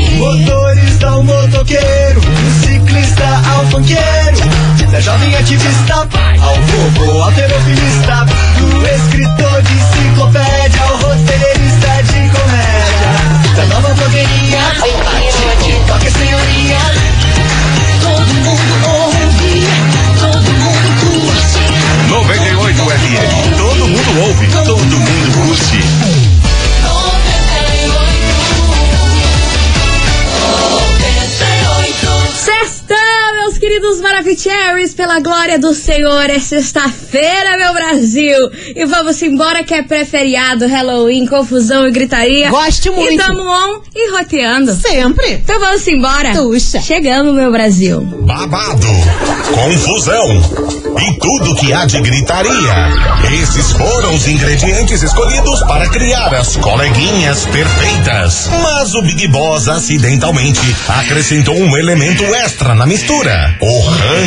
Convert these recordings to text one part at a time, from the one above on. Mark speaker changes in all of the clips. Speaker 1: é
Speaker 2: é
Speaker 3: Cherries, pela glória do Senhor, é sexta-feira, meu Brasil! E vamos embora que é pré-feriado, Halloween, confusão e gritaria.
Speaker 4: Gosto muito!
Speaker 3: E tamo on e roteando.
Speaker 4: Sempre!
Speaker 3: Então vamos embora!
Speaker 4: Tuxa!
Speaker 3: Chegamos, meu Brasil!
Speaker 2: Babado, confusão e tudo que há de gritaria. Esses foram os ingredientes escolhidos para criar as coleguinhas perfeitas. Mas o Big Boss acidentalmente acrescentou um elemento extra na mistura: o ranço.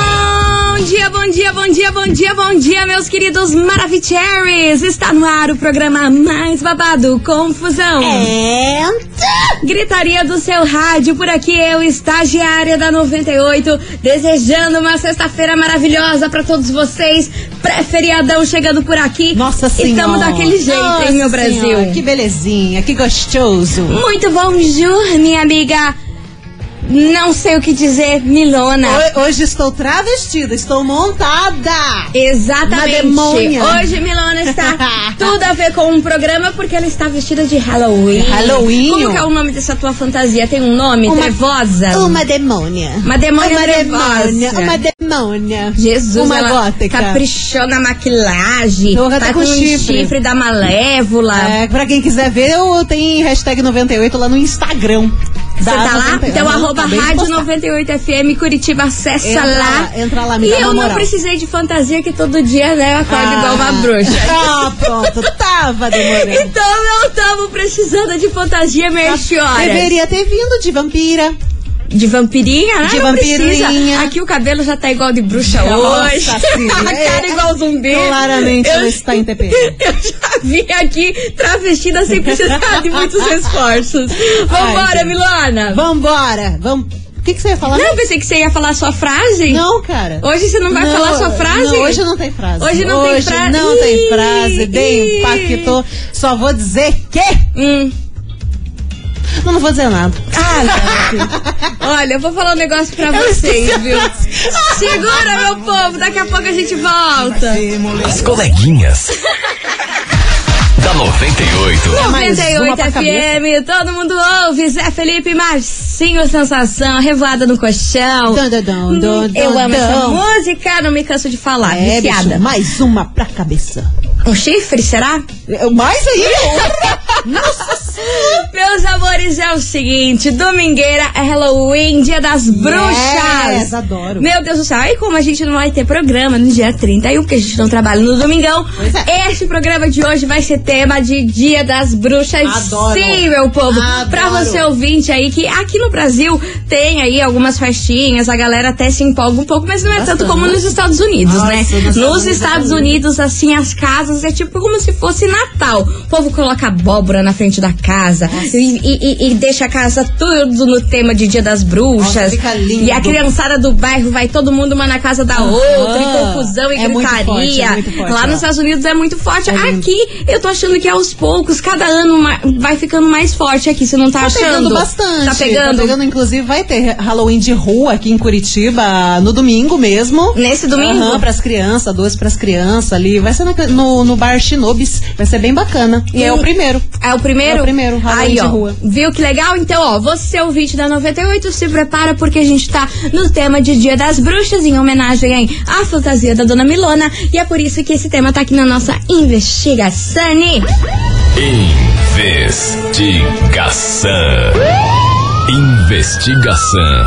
Speaker 3: Bom dia, bom dia, bom dia, bom dia, bom dia, meus queridos Maravicheries! Está no ar o programa mais babado, Confusão.
Speaker 4: É.
Speaker 3: Gritaria do seu rádio, por aqui eu, estagiária da 98, desejando uma sexta-feira maravilhosa pra todos vocês. Pré-feriadão chegando por aqui.
Speaker 4: Nossa senhora.
Speaker 3: Estamos daquele jeito, hein, meu
Speaker 4: Nossa
Speaker 3: Brasil?
Speaker 4: Senhora, que belezinha, que gostoso.
Speaker 3: Muito bom dia, minha amiga. Não sei o que dizer, Milona.
Speaker 4: Ho- Hoje estou travestida, estou montada.
Speaker 3: Exatamente.
Speaker 4: Uma demônia.
Speaker 3: Hoje Milona está tudo a ver com um programa porque ela está vestida de Halloween.
Speaker 4: Halloween.
Speaker 3: Como que é o nome dessa tua fantasia? Tem um nome?
Speaker 4: Uma-
Speaker 3: trevosa?
Speaker 4: Uma demônia.
Speaker 3: Uma demônia
Speaker 4: Uma
Speaker 3: trevosa.
Speaker 4: demônia. Uma demônia.
Speaker 3: Jesus,
Speaker 4: Uma
Speaker 3: ela
Speaker 4: gótica.
Speaker 3: caprichou na maquilagem,
Speaker 4: Porra,
Speaker 3: tá
Speaker 4: tá
Speaker 3: com
Speaker 4: com
Speaker 3: um
Speaker 4: chifre.
Speaker 3: chifre da malévola.
Speaker 4: É, pra quem quiser ver, eu tenho hashtag 98 lá no Instagram.
Speaker 3: Você tá lá? Então, arroba rádio
Speaker 4: não
Speaker 3: 98FM Curitiba, acessa
Speaker 4: Entra
Speaker 3: lá.
Speaker 4: lá, entra lá, me
Speaker 3: E
Speaker 4: dá uma
Speaker 3: eu não
Speaker 4: moral.
Speaker 3: precisei de fantasia, que todo dia, né, eu acordo igual uma bruxa.
Speaker 4: Ah, pronto. Tava demorando.
Speaker 3: Então não estamos precisando de fantasia
Speaker 4: Tá
Speaker 3: merchiora.
Speaker 4: Deveria ter vindo de vampira.
Speaker 3: De vampirinha, né?
Speaker 4: De
Speaker 3: Não
Speaker 4: vampirinha.
Speaker 3: precisa. Aqui o cabelo já tá igual de bruxa
Speaker 4: Nossa,
Speaker 3: hoje.
Speaker 4: sim.
Speaker 3: A cara
Speaker 4: É.
Speaker 3: igual zumbi.
Speaker 4: Claramente
Speaker 3: Eu-
Speaker 4: ela está em TP.
Speaker 3: Eu já vim aqui travestida sem precisar de muitos esforços. Vambora,
Speaker 4: Ai,
Speaker 3: Milona.
Speaker 4: Vambora. Vam... O que, que você ia falar?
Speaker 3: Não, eu pensei que você ia falar sua frase.
Speaker 4: Não, cara.
Speaker 3: Hoje você não vai falar sua frase?
Speaker 4: Não, hoje não tem frase.
Speaker 3: Hoje não tem frase.
Speaker 4: não
Speaker 3: Ih,
Speaker 4: tem frase. Bem,
Speaker 3: ih.
Speaker 4: impactou. Só vou dizer que.
Speaker 3: Hum.
Speaker 4: Não, não vou dizer nada.
Speaker 3: Ah, não. Olha, eu vou falar um negócio pra vocês, viu? Segura, meu povo, daqui a pouco a gente volta.
Speaker 5: As coleguinhas. da 98.
Speaker 4: É mais uma
Speaker 3: 98
Speaker 4: pra
Speaker 3: FM, todo mundo ouve. Zé Felipe Marcinho, sensação, revoada no colchão.
Speaker 4: Dun, dun, dun, dun,
Speaker 3: Hum, Eu
Speaker 4: dun,
Speaker 3: amo essa
Speaker 4: dun.
Speaker 3: música, não me canso de falar.
Speaker 4: É, bicho,
Speaker 3: viciada.
Speaker 4: mais uma pra cabeça.
Speaker 3: Um chifre, será?
Speaker 4: É, Mais aí?
Speaker 3: Meus amores, é o seguinte: domingueira é Halloween, dia das bruxas.
Speaker 4: Yes, adoro.
Speaker 3: Meu Deus do céu, e como a gente não vai ter programa no dia 31, porque a gente não trabalha no domingão,
Speaker 4: Pois é.
Speaker 3: este programa de hoje vai ser tema de Dia das Bruxas.
Speaker 4: Adoro.
Speaker 3: Sim, meu povo.
Speaker 4: Adoro.
Speaker 3: Pra você ouvinte aí, que aqui no Brasil tem aí algumas festinhas, a galera até se empolga um pouco, mas não é tanto como nos Estados Unidos,
Speaker 4: Nossa,
Speaker 3: né?
Speaker 4: nos
Speaker 3: Nos
Speaker 4: Estados Unidos é
Speaker 3: Estados
Speaker 4: lindo.
Speaker 3: Unidos, assim, as casas é tipo como se fosse Natal. O povo coloca abóbora na frente da casa e, e- e- e deixa a casa tudo no tema de Dia das Bruxas.
Speaker 4: Nossa, fica lindo.
Speaker 3: E a criançada do bairro vai todo mundo uma na casa da outra, e confusão e
Speaker 4: É muito
Speaker 3: gritaria.
Speaker 4: forte, é muito forte,
Speaker 3: Lá nos
Speaker 4: ó.
Speaker 3: Estados Unidos é muito forte.
Speaker 4: É lindo.
Speaker 3: aqui eu tô achando que aos poucos, cada ano ma- vai ficando mais forte aqui. Você não tá,
Speaker 4: Tá
Speaker 3: achando?
Speaker 4: pegando bastante.
Speaker 3: Tá pegando.
Speaker 4: Tá pegando, inclusive, vai ter Halloween de rua aqui em Curitiba no domingo mesmo.
Speaker 3: Nesse domingo?
Speaker 4: Aham, pras crianças, doce pras crianças ali. Vai ser na- no, no bar Shinobis. Vai ser bem bacana. E é o primeiro.
Speaker 3: É o primeiro?
Speaker 4: É o primeiro, Halloween
Speaker 3: Aí,
Speaker 4: de
Speaker 3: ó,
Speaker 4: rua.
Speaker 3: Viu que legal? Então, ó, você é ouvinte da 98, se prepara porque a gente tá no tema de Dia das Bruxas, em homenagem aí à fantasia da Dona Milona. E é por isso que esse tema tá aqui na nossa investigação.
Speaker 5: Investigação. Investigação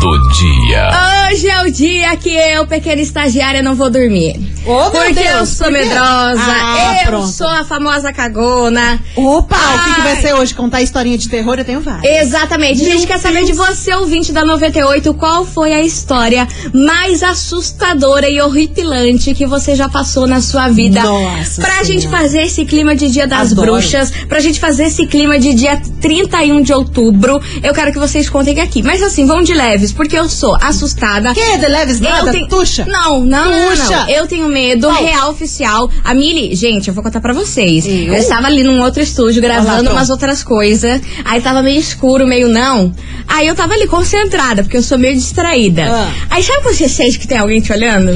Speaker 5: do dia.
Speaker 3: Hoje é o dia que eu, pequena estagiária, não vou dormir.
Speaker 4: Ô, meu
Speaker 3: porque eu
Speaker 4: Deus,
Speaker 3: sou
Speaker 4: por quê?
Speaker 3: medrosa,
Speaker 4: Ah,
Speaker 3: eu
Speaker 4: pronto.
Speaker 3: sou a famosa cagona.
Speaker 4: Opa, o que, que
Speaker 3: Ai.
Speaker 4: vai ser hoje? Contar historinha de terror? Eu tenho várias.
Speaker 3: Exatamente. a gente quer saber de você, ouvinte da 98, qual foi a história mais assustadora e horripilante que você já passou na sua vida.
Speaker 4: Nossa
Speaker 3: pra gente
Speaker 4: Senhora.
Speaker 3: fazer esse clima de Dia das
Speaker 4: Adoro.
Speaker 3: Bruxas, pra gente fazer esse clima de Dia 31 de outubro. Eu quero que vocês contem aqui. Mas assim, vão de leves, porque eu sou assustada.
Speaker 4: Que de leves nada?
Speaker 3: Eu tenho-
Speaker 4: Tuxa?
Speaker 3: Não, não, não,
Speaker 4: Tuxa.
Speaker 3: não. Eu tenho medo,
Speaker 4: Qual?
Speaker 3: real oficial. A Mili, gente, eu vou contar pra vocês.
Speaker 4: Eu?
Speaker 3: Eu, estava ali num outro estúdio
Speaker 4: Olha lá,
Speaker 3: gravando
Speaker 4: pronto.
Speaker 3: umas outras coisas. Aí tava meio escuro, meio não. Aí eu tava ali concentrada, porque eu sou meio distraída.
Speaker 4: Ah.
Speaker 3: Aí sabe quando você sente que tem alguém te olhando?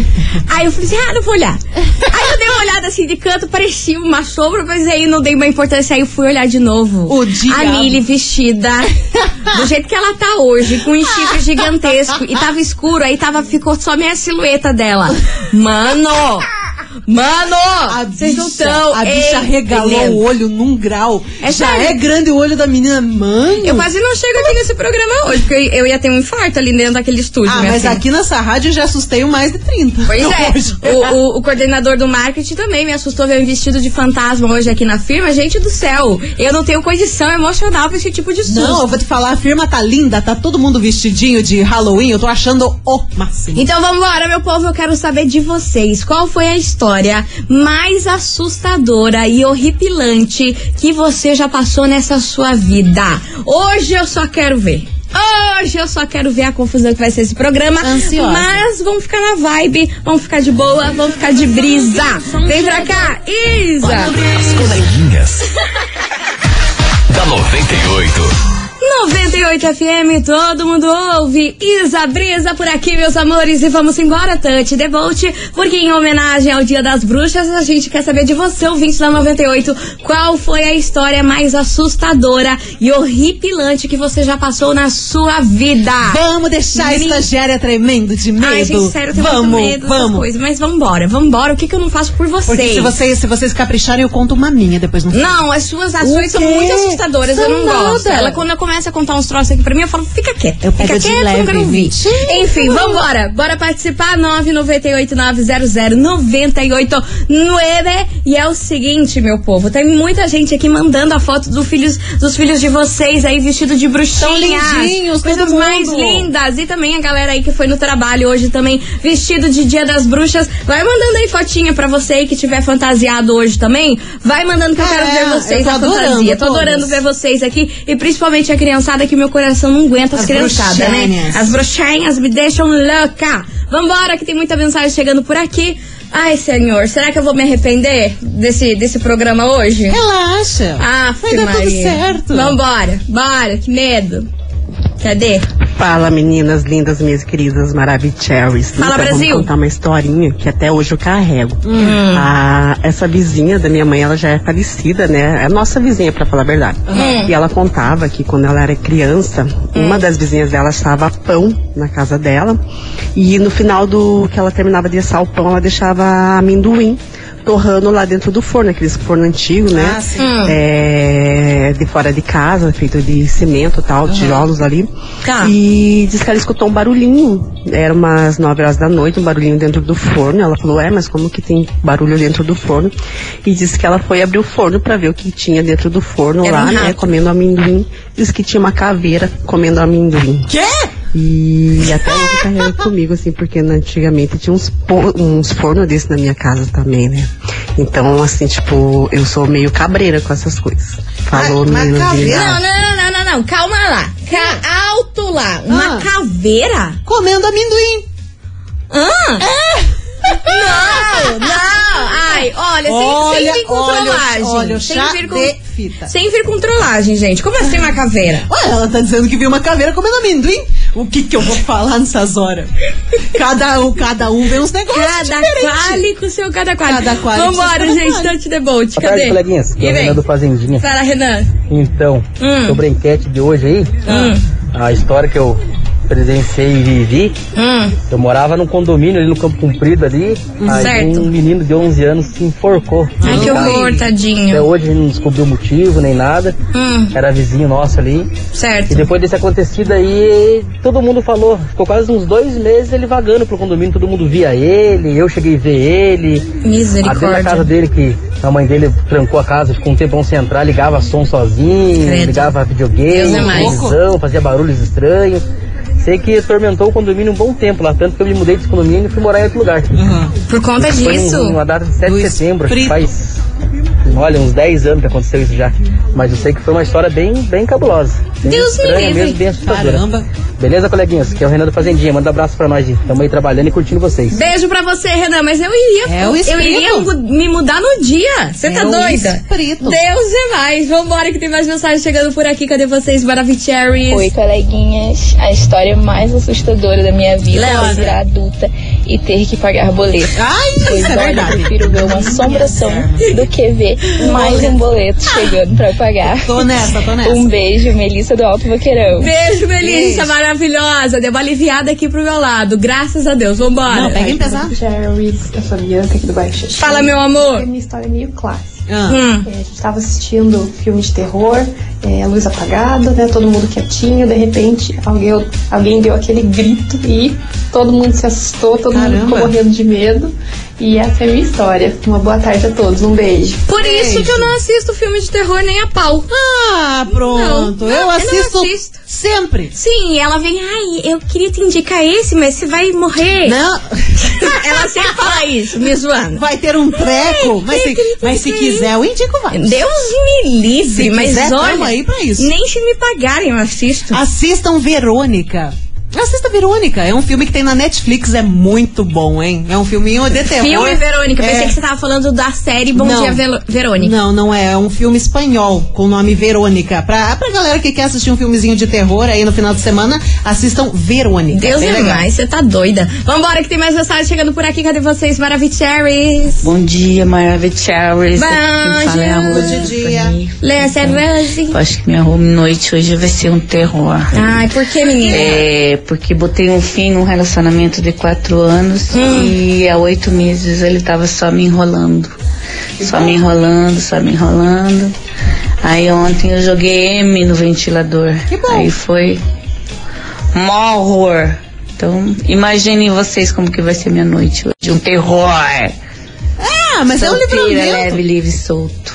Speaker 3: Aí eu falei assim, ah, não vou olhar. aí eu dei uma olhada assim de canto, parecia uma sombra, mas aí não dei uma importância. Aí eu fui olhar de novo.
Speaker 4: O diabo.
Speaker 3: A Mili vestida do jeito que ela tá hoje, com um chifre gigantesco e tava escuro, aí tava ficou só minha silhueta dela. Mano! Mano!
Speaker 4: A
Speaker 3: Vocês não
Speaker 4: bicha-
Speaker 3: estão.
Speaker 4: A bicha regalou o olho num grau.
Speaker 3: É
Speaker 4: Já
Speaker 3: sério.
Speaker 4: é grande o olho da menina, mano.
Speaker 3: Eu quase não chego aqui nesse programa hoje, porque eu ia ter um infarto ali dentro daquele estúdio.
Speaker 4: Ah,
Speaker 3: minha
Speaker 4: mas
Speaker 3: filha.
Speaker 4: aqui nessa rádio eu já assustei o mais de 30.
Speaker 3: Pois
Speaker 4: Hoje.
Speaker 3: é, o, o- o coordenador do marketing também me assustou ver um vestido de fantasma hoje aqui na firma. Gente do céu, eu não tenho condição emocional pra esse tipo de susto.
Speaker 4: Não, eu vou te falar, a firma tá linda, tá todo mundo vestidinho de Halloween, eu tô achando o máximo.
Speaker 3: Então vamos embora, meu povo. Eu quero saber de vocês qual foi a história mais assustadora e horripilante que você já passou nessa sua vida. Hoje eu só quero ver. Hoje eu só quero ver a confusão que vai ser esse programa.
Speaker 4: Ansiosa.
Speaker 3: Mas vamos ficar na vibe, vamos ficar de boa, vamos ficar de brisa. Vem pra cá, Isa!
Speaker 5: As coleguinhas. da 98.
Speaker 3: 98 FM, todo mundo ouve. Isa Brisa por aqui, meus amores. E vamos embora, Tante Debolt, porque em homenagem ao Dia das Bruxas, a gente quer saber de você, ouvinte da 98, qual foi a história mais assustadora e horripilante que você já passou na sua vida.
Speaker 4: Vamos deixar a
Speaker 3: ah, Menina.
Speaker 4: estagiária tremendo de medo.
Speaker 3: Ai, gente, sério, eu tenho
Speaker 4: vamos,
Speaker 3: muito medo dessas
Speaker 4: vamos.
Speaker 3: coisas. Mas vambora, vambora. O que, que eu não faço por vocês?
Speaker 4: Porque se vocês, se vocês capricharem, eu conto uma minha depois no
Speaker 3: Não, as suas ações são
Speaker 4: quê?
Speaker 3: muito assustadoras, eu não
Speaker 4: São
Speaker 3: gosto.
Speaker 4: nada.
Speaker 3: Ela, quando ela começa a contar uns troços aqui pra mim, eu falo, fica quieto.
Speaker 4: Eu
Speaker 3: fica
Speaker 4: pego de
Speaker 3: quieto,
Speaker 4: leve,
Speaker 3: eu quero ouvir.
Speaker 4: mentira.
Speaker 3: Enfim, vambora. Bora participar, 998-900-989. E é o seguinte, meu povo, tem muita gente aqui mandando a foto do filhos, dos filhos de vocês aí vestido de bruxinhas.
Speaker 4: Tão lindinhos,
Speaker 3: coisas
Speaker 4: todo
Speaker 3: mais
Speaker 4: mundo.
Speaker 3: lindas. E também a galera aí que foi no trabalho hoje também vestido de Dia das Bruxas. Vai mandando aí fotinha pra você aí que tiver fantasiado hoje também. Vai mandando que eu quero
Speaker 4: É,
Speaker 3: ver vocês
Speaker 4: eu tô
Speaker 3: na fantasia.
Speaker 4: adorando
Speaker 3: Tô adorando
Speaker 4: todas.
Speaker 3: ver vocês aqui. E principalmente a criançada, que meu coração não aguenta as,
Speaker 4: As
Speaker 3: criançadas, né?
Speaker 4: bruxinhas.
Speaker 3: As bruxinhas me deixam louca. Vambora, que tem muita mensagem chegando por aqui. Ai, senhor, será que eu vou me arrepender desse, desse programa hoje?
Speaker 4: Relaxa.
Speaker 3: Ah,
Speaker 4: É, vai dar tudo
Speaker 3: Maria.
Speaker 4: certo.
Speaker 3: Vambora, bora, que medo. Cadê?
Speaker 6: Fala meninas lindas, minhas queridas maravilhosas.
Speaker 3: Fala,
Speaker 6: então,
Speaker 3: Brasil.
Speaker 6: Vou contar uma historinha que até hoje eu carrego. Ah, essa vizinha da minha mãe, ela já é falecida, né? É nossa vizinha, pra falar a verdade.
Speaker 3: Uhum.
Speaker 6: E ela contava que quando ela era criança, uma das vizinhas dela achava pão na casa dela. E no final do que ela terminava de assar o pão, ela deixava amendoim torrando lá dentro do forno, aqueles forno antigo, né?
Speaker 4: Ah, sim.
Speaker 3: Hum.
Speaker 6: É, de fora de casa, feito de cimento e tal, tijolos ali.
Speaker 3: Tá.
Speaker 6: E diz que ela escutou um barulhinho. Era umas 9 horas da noite, um barulhinho dentro do forno. Ela falou, é, mas como que tem barulho dentro do forno? E disse que ela foi abrir o forno pra ver o que tinha dentro do forno
Speaker 3: Era
Speaker 6: lá,
Speaker 3: um
Speaker 6: né?
Speaker 3: rato.
Speaker 6: Comendo amendoim. Diz que tinha uma caveira comendo amendoim.
Speaker 4: Quê?
Speaker 6: E até hoje carrega comigo, assim, porque antigamente tinha uns, po- uns fornos desse na minha casa também, né? Então, assim, tipo, eu sou meio cabreira com essas coisas. Falou,
Speaker 4: Mas- mas
Speaker 6: menino de
Speaker 4: caveira-
Speaker 3: Não,
Speaker 6: idade.
Speaker 3: não, não, não, não, não. Calma lá. Ca- alto lá. Uma
Speaker 4: Ah.
Speaker 3: caveira?
Speaker 4: Comendo amendoim.
Speaker 3: Hã?
Speaker 4: É.
Speaker 3: Não, não. Ai, olha, sem, sem vir com trollagem.
Speaker 4: olha, o chá
Speaker 3: sem vir com,
Speaker 4: de fita.
Speaker 3: sem vir com trollagem, gente. Como assim uma caveira?
Speaker 4: Ué, ela tá dizendo que viu uma caveira comendo amendoim. O que que eu vou falar nessas horas? Cada um, cada um vê uns negócios
Speaker 3: Cada
Speaker 4: diferentes.
Speaker 3: quale com seu cada quale.
Speaker 4: Cada quale com
Speaker 3: Vambora,
Speaker 4: seu cada
Speaker 3: gente.
Speaker 4: quale.
Speaker 3: Tante The Bolt.
Speaker 7: Boa tarde,
Speaker 3: Cadê?
Speaker 7: coleguinhas. Que é
Speaker 3: E
Speaker 7: o Renan
Speaker 3: vem.
Speaker 7: do Fazendinha.
Speaker 3: Fala, Renan.
Speaker 7: Então,
Speaker 3: Hum.
Speaker 7: sobre a enquete de hoje aí,
Speaker 3: Hum,
Speaker 7: a história que eu presenciei e vivi,
Speaker 3: hum.
Speaker 7: eu morava num condomínio ali no Campo Comprido ali, aí
Speaker 3: Certo.
Speaker 7: um menino de 11 anos se enforcou.
Speaker 3: Ai, que horror,
Speaker 7: Até
Speaker 3: tadinho.
Speaker 7: hoje a gente não descobriu o motivo nem nada,
Speaker 3: Hum,
Speaker 7: era vizinho nosso ali. E
Speaker 3: certo.
Speaker 7: depois desse acontecido aí, todo mundo falou. Ficou quase uns dois meses ele vagando pro condomínio, todo mundo via ele, eu cheguei a ver ele. Até na casa
Speaker 3: Misericórdia.
Speaker 7: dele, que a mãe dele trancou a casa, ficou um tempão sem entrar, ligava som sozinho,
Speaker 3: Credo.
Speaker 7: ligava
Speaker 3: Deus
Speaker 7: videogame,
Speaker 3: é mais.
Speaker 7: televisão, fazia barulhos estranhos. Sei que atormentou o condomínio um bom tempo lá, tanto que eu me mudei desse
Speaker 3: Uhum.
Speaker 7: condomínio e fui morar em outro lugar.
Speaker 3: Por conta
Speaker 7: Foi um
Speaker 3: disso.
Speaker 7: num- numa data de 7
Speaker 4: Do
Speaker 7: de setembro, acho que
Speaker 4: espírito.
Speaker 7: faz olha, uns 10 anos que aconteceu isso já. Mas eu sei que foi uma história bem, bem cabulosa. Bem
Speaker 3: Deus me
Speaker 7: estranha
Speaker 3: livre.
Speaker 7: mesmo, bem assustadora.
Speaker 4: Caramba.
Speaker 7: Beleza, coleguinhas? Que é o Renan do Fazendinha. Manda um abraço pra nós. Estamos aí trabalhando e curtindo vocês.
Speaker 3: Beijo pra você, Renan, mas eu iria.
Speaker 4: É o
Speaker 3: eu
Speaker 4: espírito.
Speaker 3: iria mu- me mudar no dia. Você tá
Speaker 4: É o
Speaker 3: doida?
Speaker 4: espírito.
Speaker 3: Deus é mais. Vambora que tem mais mensagem chegando por aqui. Cadê vocês, Maravicheries?
Speaker 8: Oi, coleguinhas. A história mais assustadora da minha vida
Speaker 3: Leandra.
Speaker 8: é virar adulta e ter que pagar boleto.
Speaker 4: Ai,
Speaker 8: Pois
Speaker 4: isso
Speaker 8: olha,
Speaker 4: é
Speaker 8: eu
Speaker 4: verdade.
Speaker 8: prefiro ver uma assombração do que ver mais um boleto chegando pra pagar.
Speaker 4: Tô nessa, tô nessa.
Speaker 8: Um beijo, Melissa do Alto Boqueirão.
Speaker 3: Beijo, Melissa, maravilhosa. Deu uma aliviada aqui pro meu lado. Graças a Deus. Vambora.
Speaker 4: Não, pega em pesado.
Speaker 9: Jerry's, eu sou a Bianca aqui do Bairro Xixi.
Speaker 3: Fala, meu amor.
Speaker 9: É minha história meio clássica.
Speaker 4: Ah.
Speaker 3: Hum.
Speaker 9: É, a gente tava assistindo filme de terror, é, luz apagada, né? Todo mundo quietinho, de repente alguém, alguém deu aquele grito e todo mundo se assustou, todo mundo ficou
Speaker 4: Caramba.
Speaker 9: morrendo de medo. E essa é a minha história. Uma boa tarde a todos, um beijo.
Speaker 3: Por isso que eu não assisto filme de terror nem a pau.
Speaker 4: Ah, pronto.
Speaker 3: Não, eu
Speaker 4: eu
Speaker 3: não
Speaker 4: assisto,
Speaker 3: assisto.
Speaker 4: sempre.
Speaker 3: Sim, ela vem, ai, eu queria te indicar esse, mas você vai morrer.
Speaker 4: Não,
Speaker 3: Ela sempre fala isso, me zoando.
Speaker 4: vai ter um treco, mas se,
Speaker 3: acredito
Speaker 4: mas se
Speaker 3: que-
Speaker 4: quiser, eu indico vários.
Speaker 3: Deus me livre,
Speaker 4: Se
Speaker 3: mas
Speaker 4: quiser, tamo
Speaker 3: olha,
Speaker 4: aí pra isso.
Speaker 3: nem se me pagarem eu assisto.
Speaker 4: Assistam Verônica. Assista Verônica, é um filme que tem na Netflix, é muito bom, hein? É um filminho de terror.
Speaker 3: Filme, Verônica,
Speaker 4: É.
Speaker 3: pensei que você tava falando da série Bom
Speaker 4: Não.
Speaker 3: Dia Velo- Verônica.
Speaker 4: Não, não é. É um filme espanhol com o nome Verônica. Pra, pra galera que quer assistir um filmezinho de terror aí no final de semana, assistam Verônica.
Speaker 3: Deus
Speaker 4: Bem
Speaker 3: é
Speaker 4: legal.
Speaker 3: mais, você tá doida. Vambora que tem mais mensagem chegando por aqui, cadê vocês, Maravicheries?
Speaker 10: Bom dia, Maravilha Charles.
Speaker 3: Bom
Speaker 10: Aqui quem fala é a
Speaker 3: dia.
Speaker 10: Rose
Speaker 4: Bom dia.
Speaker 10: Anthony.
Speaker 3: Lessa Rose.
Speaker 10: Eu acho que minha home noite hoje vai ser um terror.
Speaker 3: Ai, por que, menina?
Speaker 10: É, porque botei um fim num relacionamento de quatro anos
Speaker 11: Hum.
Speaker 10: e há oito meses ele tava só me enrolando. Só me enrolando, só me enrolando. Aí ontem eu joguei M no ventilador.
Speaker 4: Que bom.
Speaker 10: Aí foi mó horror. Então, imaginem vocês como que vai ser minha noite hoje. Um terror.
Speaker 4: Ah, mas é um
Speaker 10: Solteira,
Speaker 4: livramento.
Speaker 10: leve, livre, e solto.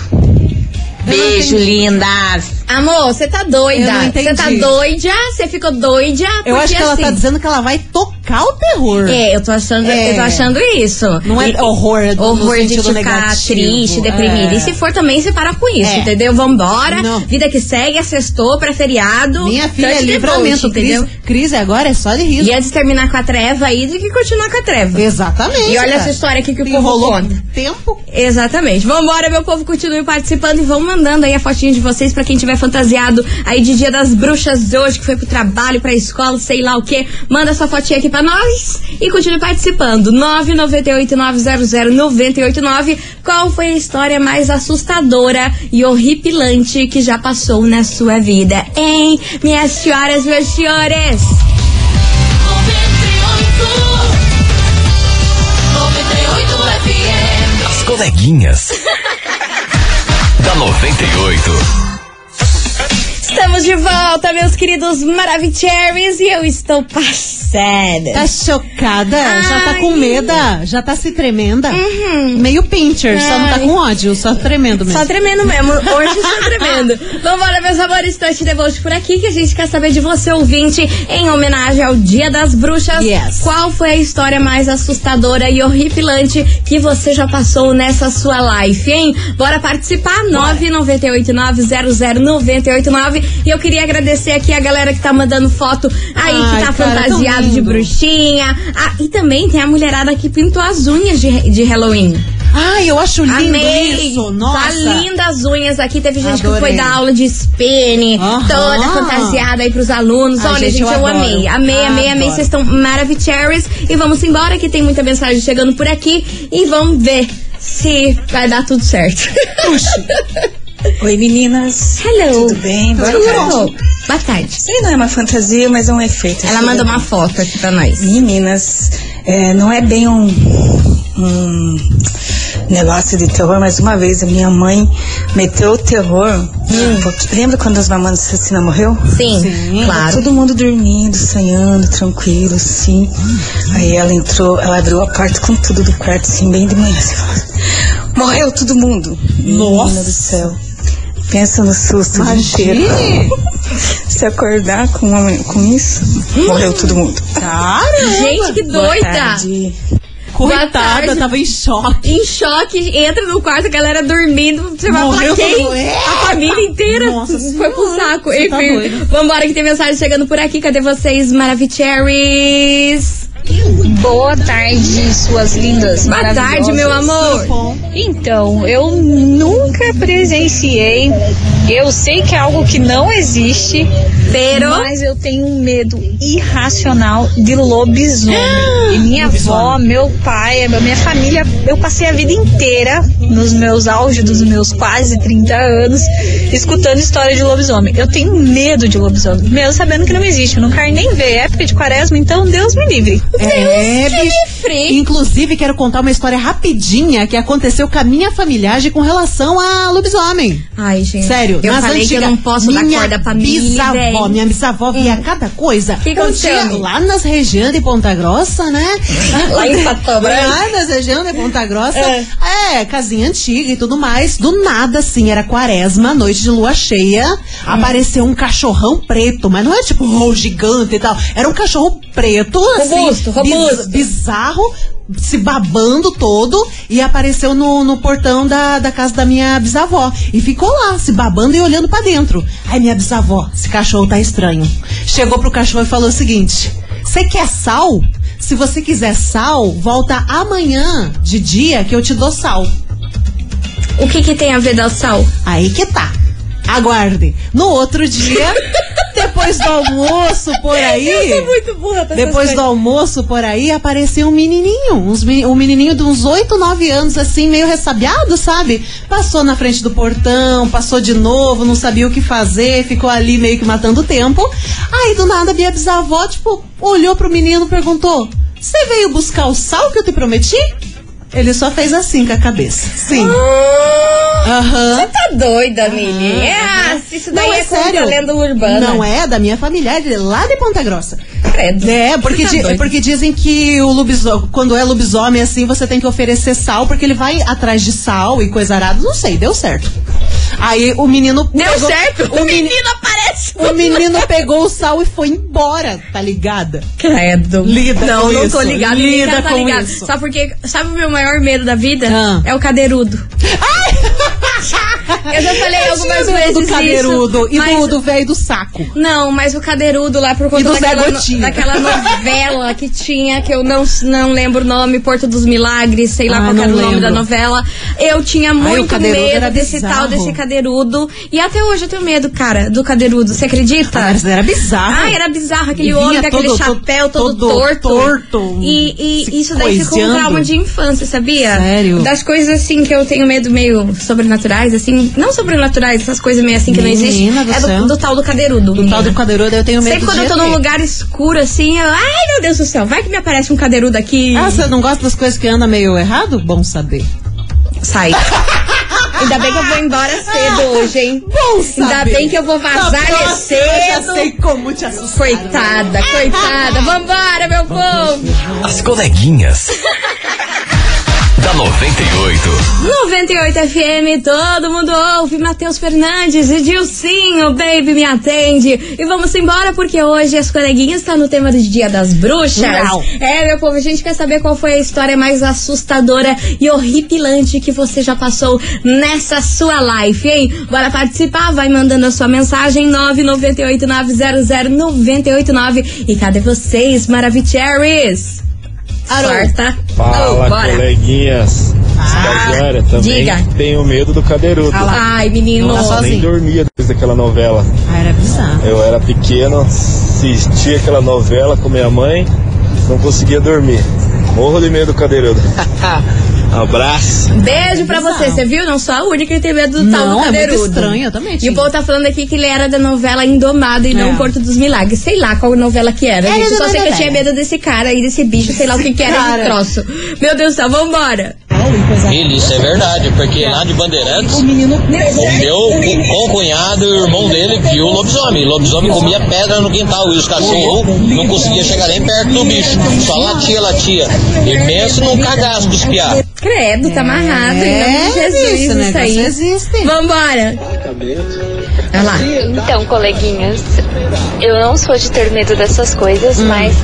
Speaker 10: Beijo, lindas.
Speaker 3: Amor, você tá
Speaker 4: Eu não
Speaker 3: doida.
Speaker 4: entendi.
Speaker 3: Você tá doida, você ficou doida.
Speaker 4: Eu
Speaker 3: porque
Speaker 4: acho que ela
Speaker 3: assim,
Speaker 4: tá dizendo que ela vai tocar o terror.
Speaker 3: É, eu tô achando,
Speaker 4: É.
Speaker 3: eu tô achando isso.
Speaker 4: Não é
Speaker 3: E-
Speaker 4: horror no
Speaker 3: horror de
Speaker 4: sentido
Speaker 3: ficar
Speaker 4: negativo.
Speaker 3: triste, deprimida.
Speaker 4: É.
Speaker 3: E se for também, você para com isso,
Speaker 4: É.
Speaker 3: entendeu? Vambora,
Speaker 4: Não.
Speaker 3: vida que segue, sextou, pra feriado.
Speaker 4: Minha filha é
Speaker 3: um touch the
Speaker 4: livramento.
Speaker 3: boat,
Speaker 4: Cris,
Speaker 3: entendeu?
Speaker 4: Cris agora é só de riso.
Speaker 3: E antes de terminar com a treva aí, do que continuar com a treva.
Speaker 4: Exatamente.
Speaker 3: E olha
Speaker 4: cara.
Speaker 3: essa história aqui que o povo
Speaker 4: Enrolou
Speaker 3: conta.
Speaker 4: um tempo.
Speaker 3: Exatamente. Vambora, meu povo, continue participando e vão mandando aí a fotinha de vocês pra quem tiver fantasiado aí de Dia das Bruxas de hoje, que foi pro trabalho, pra escola, sei lá o quê. Manda sua fotinha aqui pra nós e continue participando. 998-900-989. Qual foi a história mais assustadora e horripilante que já passou na sua vida, hein? Minhas senhoras, meus senhores!
Speaker 5: As coleguinhas. da 98.
Speaker 3: Estamos de volta, meus queridos Maravicheries, e eu estou passada.
Speaker 4: Tá chocada, já tá
Speaker 3: É.
Speaker 4: com
Speaker 3: Ai. Uhum.
Speaker 4: medo, já tá se tremenda. Meio pincher, só não tá com ódio, só tremendo mesmo.
Speaker 3: Só tremendo mesmo. Hoje estou tremendo. Vambora, meus amores. Touch the Bolt por aqui que a gente quer saber de você, ouvinte, em homenagem ao Dia das Bruxas.
Speaker 4: Yes.
Speaker 3: Qual foi a história mais assustadora e horripilante que você já passou nessa sua life, hein? Bora participar? 998900989. E eu queria agradecer aqui a galera que tá mandando foto aí,
Speaker 4: Ai,
Speaker 3: que tá
Speaker 4: cara, tão
Speaker 3: fantasiado de
Speaker 4: lindo.
Speaker 3: bruxinha. Ah, e também tem a mulherada que pintou as unhas de, de Halloween.
Speaker 4: Ai, eu acho lindo
Speaker 3: Amei!
Speaker 4: isso. Nossa.
Speaker 3: Tá linda as unhas aqui. Teve gente que
Speaker 4: Adorei.
Speaker 3: foi dar aula de spinning,
Speaker 4: Aham.
Speaker 3: toda fantasiada aí pros alunos.
Speaker 4: Ai,
Speaker 3: Olha,
Speaker 4: gente,
Speaker 3: gente, eu,
Speaker 4: eu adoro.
Speaker 3: amei. Amei, amei, amei.
Speaker 4: Adoro.
Speaker 3: Vocês estão maravilhosos. E vamos embora que tem muita mensagem chegando por aqui. E vamos ver se vai dar tudo certo.
Speaker 11: Oi meninas,
Speaker 3: Hello!
Speaker 11: tudo bem? Boa
Speaker 3: Hello.
Speaker 11: tarde.
Speaker 3: Boa tarde.
Speaker 11: Isso aí não é uma fantasia, mas é um efeito.
Speaker 3: Ela manda uma foto aqui pra nós.
Speaker 11: Meninas, é, não é bem um, um negócio de terror, mas uma vez a minha mãe meteu o terror. Porque- Lembra quando as mamães assassinas morreu?
Speaker 3: Hum. Sim,
Speaker 11: Tava
Speaker 3: claro.
Speaker 11: Todo mundo dormindo, sonhando, tranquilo, assim. Aí ela entrou, ela abriu a porta com tudo do quarto, assim, bem de manhã. Assim, falou, Morreu todo mundo.
Speaker 4: Nossa.
Speaker 11: Menina do céu. Pensa no susto do inteiro.
Speaker 4: Imagine.
Speaker 11: Se acordar com, uma- com isso, morreu todo mundo.
Speaker 4: Cara.
Speaker 3: Gente, que
Speaker 11: Boa
Speaker 3: doida!
Speaker 11: tarde.
Speaker 12: Coitada, tava em choque.
Speaker 3: Em choque, entra no quarto, a galera dormindo. Você vai falar
Speaker 12: Morreu,
Speaker 3: quem?
Speaker 12: morreu.
Speaker 3: A família inteira foi pro saco.
Speaker 12: Você tá
Speaker 3: Enfim,
Speaker 12: doida.
Speaker 3: vambora que tem mensagem chegando por aqui. Cadê vocês, Maravicheries?
Speaker 13: Boa tarde, suas lindas.
Speaker 3: Boa tarde, meu
Speaker 13: maravilhosas.
Speaker 3: amor.
Speaker 13: Então, eu nunca presenciei. Eu sei que é algo que não existe.
Speaker 3: Pero?
Speaker 13: Mas eu tenho um medo irracional de lobisomem. E minha avó, meu pai, a minha família, eu passei a vida inteira, nos meus auge dos meus quase 30 anos, escutando história de lobisomem. Eu tenho medo de lobisomem, mesmo sabendo que não existe. Eu não quero nem ver. É época de quaresma, então Deus me livre.
Speaker 4: É, bicho. Inclusive, quero contar uma história rapidinha que aconteceu com a minha familiagem com relação a lobisomem.
Speaker 3: Ai, gente.
Speaker 4: Sério,
Speaker 3: eu
Speaker 4: nas
Speaker 3: falei que eu
Speaker 4: antigas,
Speaker 3: não posso dar
Speaker 4: minha
Speaker 3: corda pra mim.
Speaker 4: bisavó,
Speaker 3: véi.
Speaker 4: Minha bisavó via cada coisa.
Speaker 3: Que que
Speaker 4: Um
Speaker 3: aconteceu,
Speaker 4: dia,
Speaker 3: amiga?
Speaker 4: lá nas regiões de Ponta Grossa, né?
Speaker 3: Lá em né? Pato Branco.
Speaker 4: Lá nas regiões de Ponta Grossa. É. casinha antiga e tudo mais. Do nada, assim, era quaresma, noite de lua cheia. Apareceu um cachorrão preto, mas não é tipo um gigante e tal. Era um cachorro preto, assim.
Speaker 3: Robusto, robusto.
Speaker 4: biz- bizarro, se babando todo, e apareceu no, no portão da, da casa da minha bisavó. E ficou lá, se babando e olhando pra dentro. Aí minha bisavó, esse cachorro tá estranho. Chegou pro cachorro e falou o seguinte: Você quer sal? Se você quiser sal, volta amanhã de dia que eu te dou sal.
Speaker 3: O que, que tem a ver dar sal?
Speaker 4: Aí que tá. Aguarde. No outro dia, depois do almoço por aí.
Speaker 12: Eu sou muito
Speaker 3: é burra pra
Speaker 4: Depois do almoço por aí, apareceu um menininho, uns meni- um menininho de uns 8, 9 anos, assim, meio ressabiado, sabe? Passou na frente do portão, passou de novo, não sabia o que fazer, ficou ali meio que matando o tempo. Aí, do nada, minha bisavó, tipo, olhou pro menino e perguntou: Você veio buscar o sal que eu te prometi? Ele só fez assim com a cabeça. Sim. Aham.
Speaker 3: Você tá doida, Mili? É, isso daí
Speaker 4: Ah, Não,
Speaker 3: é contra a lenda urbana.
Speaker 4: Não é da minha familiar, é lá de Ponta Grossa.
Speaker 3: Credo.
Speaker 4: É, porque,
Speaker 3: Tá
Speaker 4: di-
Speaker 3: doido.
Speaker 4: porque dizem que o lobisomem, quando é lobisomem assim, você tem que oferecer sal, porque ele vai atrás de sal e coisa arada. Não sei, deu certo. Aí o menino.
Speaker 3: Deu certo? O menino aparece.
Speaker 4: O menino pegou o sal e foi embora, tá ligada?
Speaker 3: Credo.
Speaker 4: Lida
Speaker 3: não,
Speaker 4: com
Speaker 3: não
Speaker 4: isso.
Speaker 3: tô ligada. ninguém
Speaker 4: Lida
Speaker 3: tá
Speaker 4: com
Speaker 3: ligado.
Speaker 4: isso.
Speaker 3: Sabe porque, sabe o meu maior medo da vida? É o cadeirudo. Eu já falei
Speaker 4: Eu
Speaker 3: algumas
Speaker 4: tinha medo
Speaker 3: vezes
Speaker 4: do cadeirudo
Speaker 3: isso,
Speaker 4: e
Speaker 3: mas-
Speaker 4: do- do velho do saco.
Speaker 3: Não, mas o cadeirudo lá por
Speaker 4: E do
Speaker 3: conta
Speaker 4: Zé
Speaker 3: daquela, no-
Speaker 4: Gotinha.
Speaker 3: daquela novela que tinha, que eu não, não lembro o nome, Porto dos Milagres, sei lá
Speaker 4: Ah,
Speaker 3: qual que era
Speaker 4: não
Speaker 3: o nome da
Speaker 4: lembro.
Speaker 3: novela. Eu tinha muito
Speaker 4: cadeirudo
Speaker 3: medo
Speaker 4: era
Speaker 3: desse tal,
Speaker 4: bizarro.
Speaker 3: desse cadeirudo. E até hoje eu tenho medo, cara, do cadeirudo. Você acredita?
Speaker 4: Mas era bizarro.
Speaker 3: Ah, era bizarro. Aquele
Speaker 4: Vinha
Speaker 3: olho, aquele
Speaker 4: todo-
Speaker 3: chapéu todo,
Speaker 4: todo
Speaker 3: torto.
Speaker 4: torto,
Speaker 3: E, e isso daí ficou um
Speaker 4: coiseando.
Speaker 3: trauma de infância, sabia?
Speaker 4: Sério?
Speaker 3: Das coisas assim que eu tenho medo meio sobrenaturais, assim. Não sobrenaturais, essas coisas meio assim que não existem.
Speaker 4: Menina do
Speaker 3: é do,
Speaker 4: céu.
Speaker 3: do tal do cadeirudo.
Speaker 4: Do tal do cadeirudo eu tenho medo
Speaker 3: Sempre quando
Speaker 4: de
Speaker 3: eu tô num
Speaker 4: ver.
Speaker 3: lugar escuro assim, eu. Ai, meu Deus do céu, vai que me aparece um cadeirudo aqui.
Speaker 4: Ah, você não gosta das coisas que andam meio errado? Bom saber.
Speaker 3: Sai. Ainda bem que eu vou embora cedo hoje, hein?
Speaker 4: Bom saber.
Speaker 3: Ainda bem que eu vou
Speaker 4: Na
Speaker 3: vazar né?
Speaker 4: próxima
Speaker 3: cedo.
Speaker 4: eu já sei como te assustar.
Speaker 3: Coitada, coitada. Vambora, meu povo.
Speaker 5: As coleguinhas. da 98.
Speaker 3: 98 FM, todo mundo ouve. Matheus Fernandes e Dilcinho, baby, me atende. E vamos embora, porque hoje as coleguinhas tá no tema do Dia das Bruxas.
Speaker 12: Uau.
Speaker 3: É, meu povo, a gente quer saber qual foi a história mais assustadora e horripilante que você já passou nessa sua life, hein? Bora participar, vai mandando a sua mensagem 998900989. E cadê vocês, Maravicheries? Quarta.
Speaker 1: Fala,
Speaker 3: Oh, bora. Ah,
Speaker 1: coleguinhas. Estagiária também.
Speaker 3: diga.
Speaker 1: Tenho medo do cadeirudo.
Speaker 3: Ai, menino.
Speaker 1: Nossa, nem dormia depois daquela novela.
Speaker 4: Tá Ah, era bizarro.
Speaker 1: Eu era pequeno, assistia aquela novela com minha mãe, não conseguia dormir. Morro de medo do cadeirudo. Abraço.
Speaker 3: Beijo pra você, você viu? Não sou a única que tem medo do tal do
Speaker 4: Não, é muito
Speaker 3: Tá um cadeirudo.
Speaker 4: estranho, eu também
Speaker 3: E o povo tá falando aqui que ele era da novela Indomado e não Porto dos Milagres. Sei lá qual novela que era,
Speaker 4: É. Era
Speaker 3: gente.
Speaker 4: da
Speaker 3: Só sei que eu
Speaker 4: novela.
Speaker 3: tinha medo desse cara aí, desse bicho, sei lá o que que era esse
Speaker 4: cara.
Speaker 3: troço. Meu Deus do céu, vambora.
Speaker 14: Ele, isso é verdade, porque lá de Bandeirantes, o meu co- cunhado e o irmão dele viu o lobisomem. Lobisomem comia pedra no quintal e os cachorros não conseguiam chegar nem perto do bicho. Só latia, latia. E pensa num cagaço dos piá.
Speaker 3: Credo, tá amarrado. em nome de Jesus,
Speaker 4: isso,
Speaker 3: isso,
Speaker 4: né?
Speaker 3: aí.
Speaker 4: Vocês existem.
Speaker 3: Vambora. Vai lá.
Speaker 15: Então, coleguinhas, eu não sou de ter medo dessas coisas,
Speaker 3: Hum.
Speaker 15: mas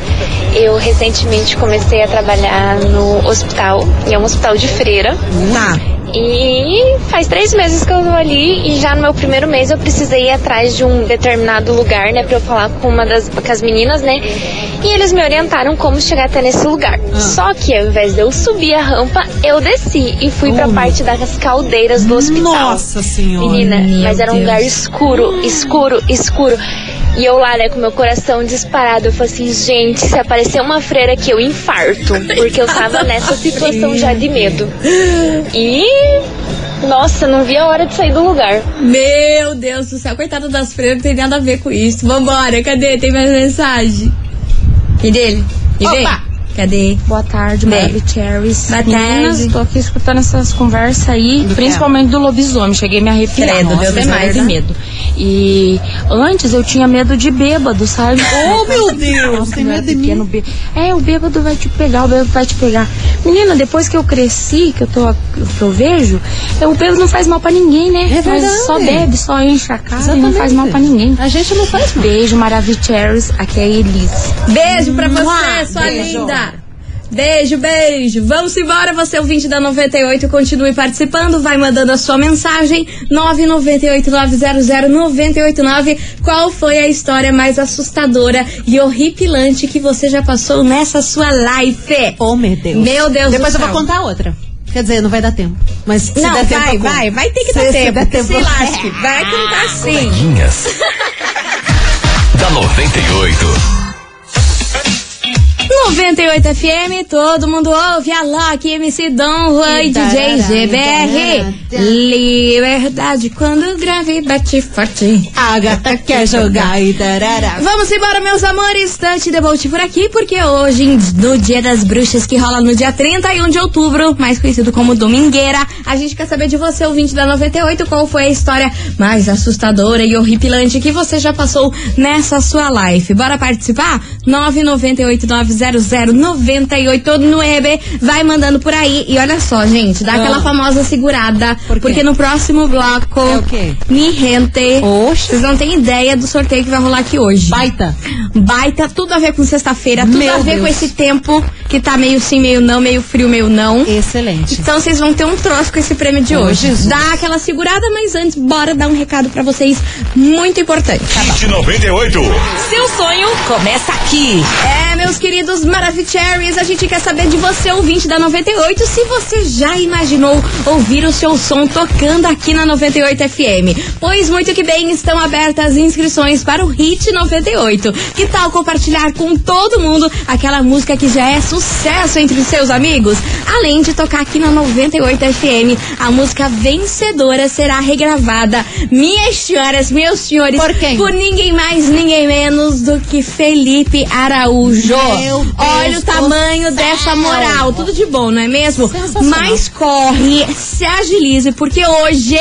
Speaker 15: eu recentemente comecei a trabalhar no hospital, e é um hospital de freira.
Speaker 4: Tá.
Speaker 15: E faz três meses que eu tô ali e já no meu primeiro mês eu precisei ir atrás de um determinado lugar, né, pra eu falar com uma das com as meninas, né? E eles me orientaram como chegar até nesse lugar.
Speaker 3: Ah.
Speaker 15: Só que ao invés de eu subir a rampa, eu desci e fui
Speaker 11: Hum.
Speaker 15: pra parte das caldeiras do hospital.
Speaker 4: Nossa senhora.
Speaker 15: Menina,
Speaker 4: Meu
Speaker 15: mas era um lugar
Speaker 4: Deus.
Speaker 15: escuro, escuro, escuro. E eu lá, né, com meu coração disparado, eu falei assim, gente, se aparecer uma freira aqui, eu infarto. Porque eu tava nessa situação já de medo. E. Nossa, não vi a hora de sair do lugar.
Speaker 3: Meu Deus do céu, coitada das freiras, não tem nada a ver com isso. Vambora, cadê? Tem mais mensagem? E dele? E dele? Cadê?
Speaker 16: Boa tarde, Mary Cherries.
Speaker 3: Boa
Speaker 16: Meninas,
Speaker 3: tarde.
Speaker 16: tô aqui escutando essas conversas aí, principalmente do lobisomem. Cheguei a me arrepiar.
Speaker 3: é? Credo, é
Speaker 16: Nossa,
Speaker 3: Deus
Speaker 16: eu
Speaker 3: me
Speaker 16: morro
Speaker 3: guarda.
Speaker 16: de medo. E antes eu tinha medo de bêbado, sabe?
Speaker 4: Oh, meu Deus, tem medo de mim.
Speaker 16: É, o bêbado vai te pegar, o bêbado vai te pegar. Menina, depois que eu cresci, que eu, tô, que eu vejo, é, o bêbado não faz mal pra ninguém, né?
Speaker 4: É verdade.
Speaker 16: Mas só bebe, só enche a cara e não
Speaker 4: Exatamente.
Speaker 16: faz mal pra ninguém.
Speaker 4: A gente não faz mal.
Speaker 16: Beijo, Maravicheris. Aqui é a Elise.
Speaker 3: Beijo pra você,
Speaker 16: Mua,
Speaker 3: sua
Speaker 16: beijo.
Speaker 3: linda. Beijo, beijo. Vamos embora, você ouvinte da 98. Continue participando, vai mandando a sua mensagem. 998-900-989. Qual foi a história mais assustadora e horripilante que você já passou nessa sua life?
Speaker 4: Oh, meu Deus.
Speaker 3: Meu Deus
Speaker 4: Depois
Speaker 3: do
Speaker 4: eu vou
Speaker 3: céu.
Speaker 4: contar outra. Quer dizer, não vai dar tempo. Mas se
Speaker 3: Não,
Speaker 4: der tempo,
Speaker 3: vai,
Speaker 4: eu conto.
Speaker 3: vai, vai ter que
Speaker 4: Se-
Speaker 3: dar
Speaker 4: se
Speaker 3: tempo.
Speaker 4: der tempo,
Speaker 3: tá Se
Speaker 4: eu-
Speaker 3: lasque, vai que não tá assim.
Speaker 5: Coleguinhas. da 98.
Speaker 3: 98 FM, todo mundo ouve. A Loki, MC Dom Juan e DJ GBR. Liberdade quando grave bate forte.
Speaker 4: A gata quer jogar e tarará.
Speaker 3: Vamos embora, meus amores. Tante Debolt por aqui, porque hoje, em- no Dia das Bruxas, que rola no dia 31 de outubro, mais conhecido como Domingueira, a gente quer saber de você, ouvinte da 98, qual foi a história mais assustadora e horripilante que você já passou nessa sua live. Bora participar? 998-900-98 Vai mandando por aí. E olha só, gente, dá
Speaker 4: Ah.
Speaker 3: aquela famosa segurada, porque no próximo bloco,
Speaker 4: quê?
Speaker 3: me rente. Vocês não têm ideia do sorteio que vai rolar aqui hoje.
Speaker 4: Baita.
Speaker 3: Baita, tudo a ver com sexta-feira, tudo
Speaker 4: Meu
Speaker 3: a ver
Speaker 4: Deus.
Speaker 3: com esse tempo que tá meio sim, meio não, meio frio, meio não.
Speaker 4: Excelente.
Speaker 3: Então vocês vão ter um troço com esse prêmio de
Speaker 4: Oh,
Speaker 3: hoje.
Speaker 4: Jesus.
Speaker 3: Dá aquela segurada, mas antes, bora dar um recado pra vocês muito importante.
Speaker 2: Hit 98.
Speaker 3: Seu sonho começa aqui. É, meus queridos Maravicheries, a gente quer saber de você, ouvinte da 98, se você já imaginou ouvir o seu som tocando aqui na 98 FM. Pois muito que bem, estão abertas as inscrições para o Hit 98. Que tal compartilhar com todo mundo aquela música que já é sucesso entre os seus amigos? Além de tocar aqui na 98 FM, a música vencedora será regravada. Minhas senhoras, meus senhores, por quem? Por ninguém mais, ninguém menos do que Felipe Araújo.
Speaker 4: Meu Deus
Speaker 3: Olha o
Speaker 4: do
Speaker 3: tamanho
Speaker 4: céu.
Speaker 3: dessa moral. Tudo de bom, não é mesmo? Mas corre, se agilize, porque hoje,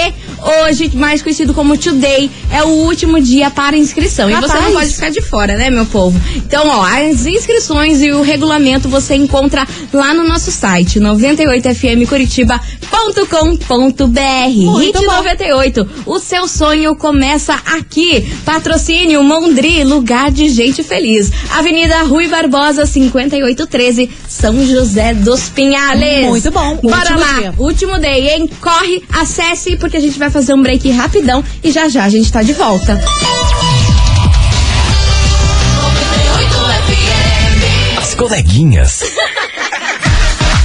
Speaker 3: hoje, mais conhecido como Today, é o último dia para inscrição. E você não
Speaker 4: Rapaz.
Speaker 3: pode ficar de fora, né, meu povo? Então, ó, as inscrições e o regulamento você encontra lá no nosso site, 98fmcuritiba.com.br.
Speaker 4: Muito
Speaker 3: Hit
Speaker 4: bom.
Speaker 3: 98. O seu sonho começa aqui. Patrocínio Mondri, lugar de gente feliz. Avenida Rui Barbosa, 5813, São José dos Pinhales.
Speaker 4: Muito bom.
Speaker 3: Bora
Speaker 4: Último
Speaker 3: lá.
Speaker 4: dia.
Speaker 3: Último day, hein? Corre, acesse, porque a gente vai fazer um break rapidão e já já a gente tá de volta.
Speaker 5: As coleguinhas.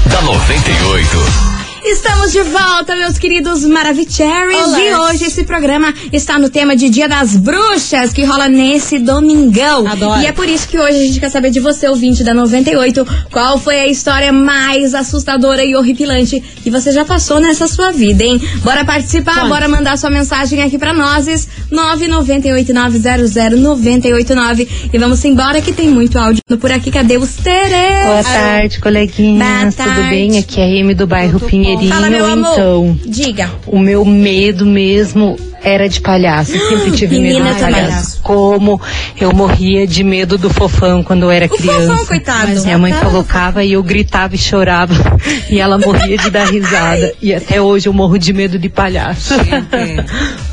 Speaker 5: da 98.
Speaker 3: Estamos de volta, meus queridos Maravicheries.
Speaker 4: Olá.
Speaker 3: E hoje esse programa está no tema de Dia das Bruxas, que rola nesse domingão.
Speaker 4: Adoro.
Speaker 3: E é por isso que hoje a gente quer saber de você, ouvinte da 98, qual foi a história mais assustadora e horripilante que você já passou nessa sua vida, hein? Bora participar,
Speaker 4: Conte.
Speaker 3: bora mandar sua mensagem aqui pra nós, 998-900-989. E vamos embora que tem muito áudio por aqui. Cadê os Terê?
Speaker 17: Boa tarde, coleguinhas.
Speaker 3: Boa
Speaker 17: Tudo
Speaker 3: tarde.
Speaker 17: bem? Aqui é a Amy do bairro Pinheirinho. inteirinho.
Speaker 3: Fala, meu amor.
Speaker 17: Então,
Speaker 3: Diga.
Speaker 17: o meu medo mesmo era de palhaço. Eu Sempre tive medo
Speaker 3: Menina,
Speaker 17: de
Speaker 3: eu também.
Speaker 17: palhaço. Como eu morria de medo do fofão quando eu era criança.
Speaker 3: Fofão, coitado.
Speaker 13: é
Speaker 3: Tá.
Speaker 17: Minha mãe colocava e eu gritava e chorava. E ela morria de dar risada. E até hoje eu morro de medo de palhaço.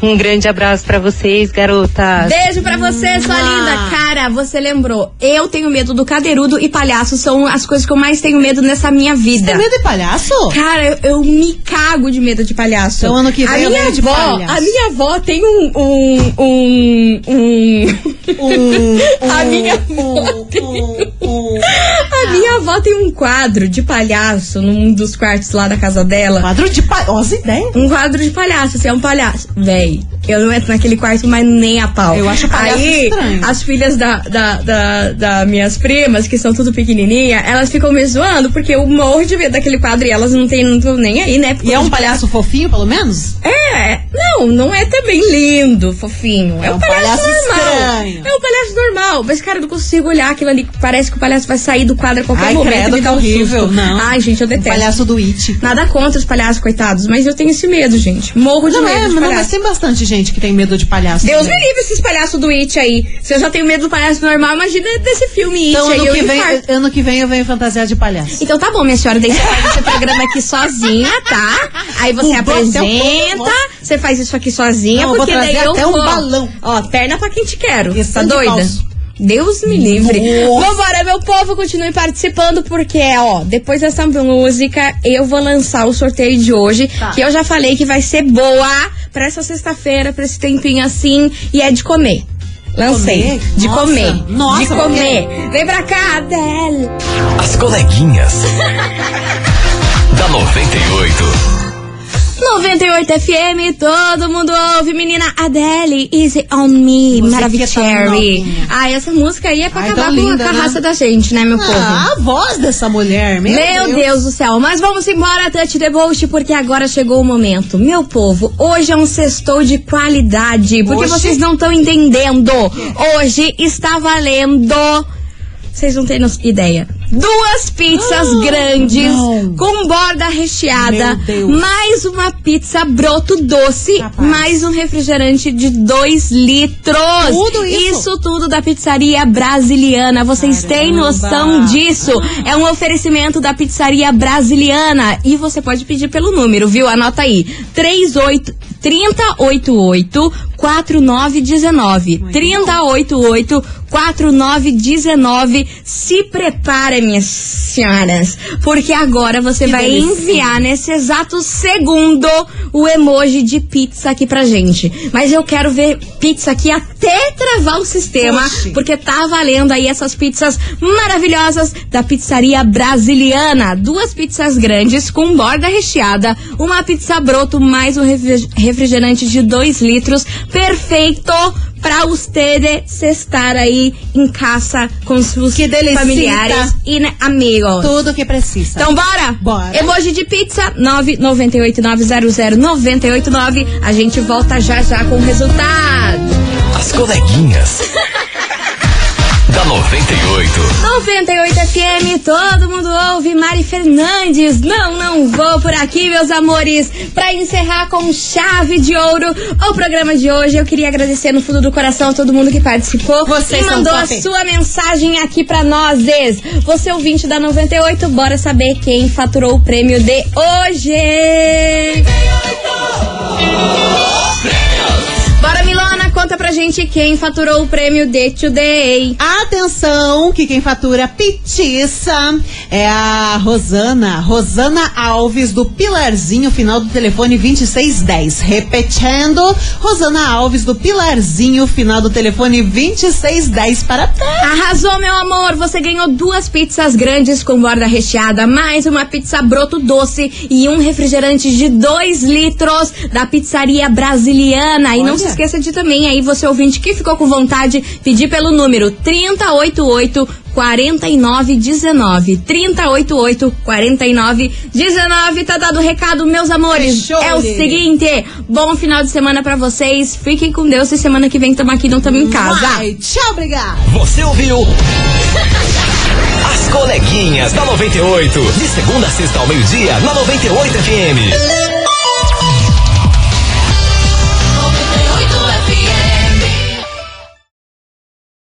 Speaker 17: um grande abraço pra vocês, garotas.
Speaker 3: Beijo pra você, sua linda. Cara, você lembrou. Eu tenho medo do cadeirudo e palhaço. São as coisas que eu mais tenho medo nessa minha vida. Você tem
Speaker 4: medo é de palhaço?
Speaker 3: Cara, eu, eu me cago de medo de palhaço.
Speaker 4: Então, ano que
Speaker 3: a
Speaker 4: vem eu
Speaker 3: minha
Speaker 4: venho de
Speaker 3: avó,
Speaker 4: palhaço.
Speaker 3: A minha avó tem um... Um... Um... um... a minha avó tem... A
Speaker 4: Ah.
Speaker 3: minha avó tem um quadro de palhaço num dos quartos lá da casa dela.
Speaker 4: Quadro de palhaço? ideia.
Speaker 3: Um quadro de palhaço, assim, é um palhaço. Véi, eu não entro naquele quarto, mas nem a pau.
Speaker 4: Eu acho palhaço
Speaker 3: Aí,
Speaker 4: estranho.
Speaker 3: as filhas da, da, da, da minhas primas, que são tudo pequenininha, elas ficam me zoando porque eu morro de medo daquele quadro e elas não tem não tão nem aí, né?
Speaker 4: E é um palhaço fofinho, pelo menos?
Speaker 3: É, não, não é também lindo, fofinho. É, um palhaço,
Speaker 4: palhaço
Speaker 3: normal.
Speaker 4: estranho.
Speaker 3: É um palhaço normal. Mas, cara, eu não consigo olhar aquilo ali. Parece que o palhaço vai sair do quadro a qualquer
Speaker 4: Ai,
Speaker 3: momento.
Speaker 4: credo,
Speaker 3: me dá um
Speaker 4: que horrível,
Speaker 3: susto.
Speaker 4: não. Um
Speaker 3: Ai, gente, eu detesto.
Speaker 4: palhaço do It.
Speaker 3: Nada contra os palhaços, coitados, mas eu tenho esse medo, gente. Morro de
Speaker 4: não
Speaker 3: medo
Speaker 4: é,
Speaker 3: de
Speaker 4: não, assim.
Speaker 3: palhaço.
Speaker 4: mas tem bastante gente que tem medo de palhaço.
Speaker 3: Deus me
Speaker 4: também.
Speaker 3: livre esses palhaços do It aí. Se eu já tenho medo do palhaço normal, imagina desse filme It
Speaker 4: Então,
Speaker 3: aí.
Speaker 4: ano
Speaker 3: eu
Speaker 4: que, vem,
Speaker 3: infarto.
Speaker 4: ano que vem eu venho fantasiar de palhaço.
Speaker 3: Então tá bom, minha senhora, daí você faz esse programa aqui sozinha, tá? Aí você
Speaker 4: O bom, até o bom,
Speaker 3: apresenta, você faz isso aqui sozinha,
Speaker 4: Não, eu vou
Speaker 3: porque daí
Speaker 4: trazer
Speaker 3: eu
Speaker 4: até um
Speaker 3: vou.
Speaker 4: balão.
Speaker 3: Ó, perna pra quem te quero.
Speaker 4: Esse
Speaker 3: tá
Speaker 4: de
Speaker 3: doida?
Speaker 4: calço.
Speaker 3: Deus me livre.
Speaker 4: Nossa.
Speaker 3: Vambora, meu povo, continue participando, porque, ó, depois dessa música, eu vou lançar o sorteio de hoje,
Speaker 4: Tá.
Speaker 3: que eu já falei que vai ser boa pra essa sexta-feira, pra esse tempinho assim, e é de comer. Lancei.
Speaker 5: Comer?
Speaker 3: De
Speaker 5: Nossa.
Speaker 3: comer.
Speaker 5: Nossa,
Speaker 3: de comer. Vem pra cá, Adele.
Speaker 5: As coleguinhas. da 98.
Speaker 3: 98 FM, todo mundo ouve, menina Adele, Easy on Me, Maravilha Cherry. Ah, essa música aí é pra
Speaker 4: tá Ai,
Speaker 3: acabar
Speaker 4: tão
Speaker 3: com
Speaker 4: linda,
Speaker 3: a
Speaker 4: né?
Speaker 3: raça da gente, né, meu povo?
Speaker 4: Ah, a voz dessa mulher, meu,
Speaker 3: Meu, Deus. do céu, mas vamos embora, Touch the Boat, porque agora chegou o momento. Meu povo, hoje é um sextou de qualidade, porque
Speaker 17: Oxi.
Speaker 3: vocês não estão entendendo. Hoje está valendo. Vocês não têm nos- ideia. Duas pizzas grandes com borda recheada, mais uma pizza broto doce, mais um refrigerante de 2 litros.
Speaker 4: Tudo isso?
Speaker 3: isso tudo da pizzaria brasiliana. Vocês têm noção disso? É um oferecimento da pizzaria brasiliana. E você pode pedir pelo número, viu? Anota aí: 38 3088 4919. 3088 4919. Se prepara, minhas senhoras, porque agora você vai
Speaker 17: delícia.
Speaker 3: enviar nesse exato segundo o emoji de pizza aqui pra gente. Mas eu quero ver pizza aqui até travar o sistema, porque tá valendo aí essas pizzas maravilhosas da pizzaria brasiliana. Duas pizzas grandes com borda recheada, uma pizza broto mais um refri- refrigerante de 2 litros, perfeito pra vocês estar aí em casa com seus familiares e né, amigos.
Speaker 4: Tudo que precisa.
Speaker 3: Então bora?
Speaker 4: Bora.
Speaker 3: Emoji de pizza 998900989. A gente volta já já com o resultado.
Speaker 5: As coleguinhas. da 98.
Speaker 3: 98 FM, todo mundo ouve Mari Fernandes. Não, não vou por aqui, meus amores. Pra encerrar com chave de ouro o programa de hoje, eu queria agradecer no fundo do coração a todo mundo que participou e
Speaker 4: Vocês são
Speaker 3: mandou a
Speaker 4: top.
Speaker 3: sua mensagem aqui pra nós. Zez. Você ouvinte da 98, bora saber quem faturou o prêmio de hoje. Bora, Milona, conta pra gente quem faturou o prêmio de Today.
Speaker 4: Atenção, que quem fatura pitiça é a Rosana. Rosana Alves, do Pilarzinho, final do telefone 2610. Repetindo, Rosana Alves, do Pilarzinho, final do telefone 2610. Parabéns!
Speaker 3: Arrasou, meu amor! Você ganhou duas pizzas grandes com borda recheada, mais uma pizza broto doce e um refrigerante de 2 litros da pizzaria brasiliana. E não
Speaker 17: Olha.
Speaker 3: se esqueça de também, aí você ouvinte que ficou com vontade, pedir pelo número 388 4919 388 4919 tá dado o recado meus amores
Speaker 17: Fechou,
Speaker 3: é o
Speaker 17: Lili.
Speaker 3: seguinte bom final de semana pra vocês fiquem com Deus e semana que vem tamo aqui não tamo em casa
Speaker 4: Ai, tchau, obrigada!
Speaker 5: Você ouviu? As coleguinhas. coleguinhas da 98. De segunda a sexta ao meio-dia, na 98 FM.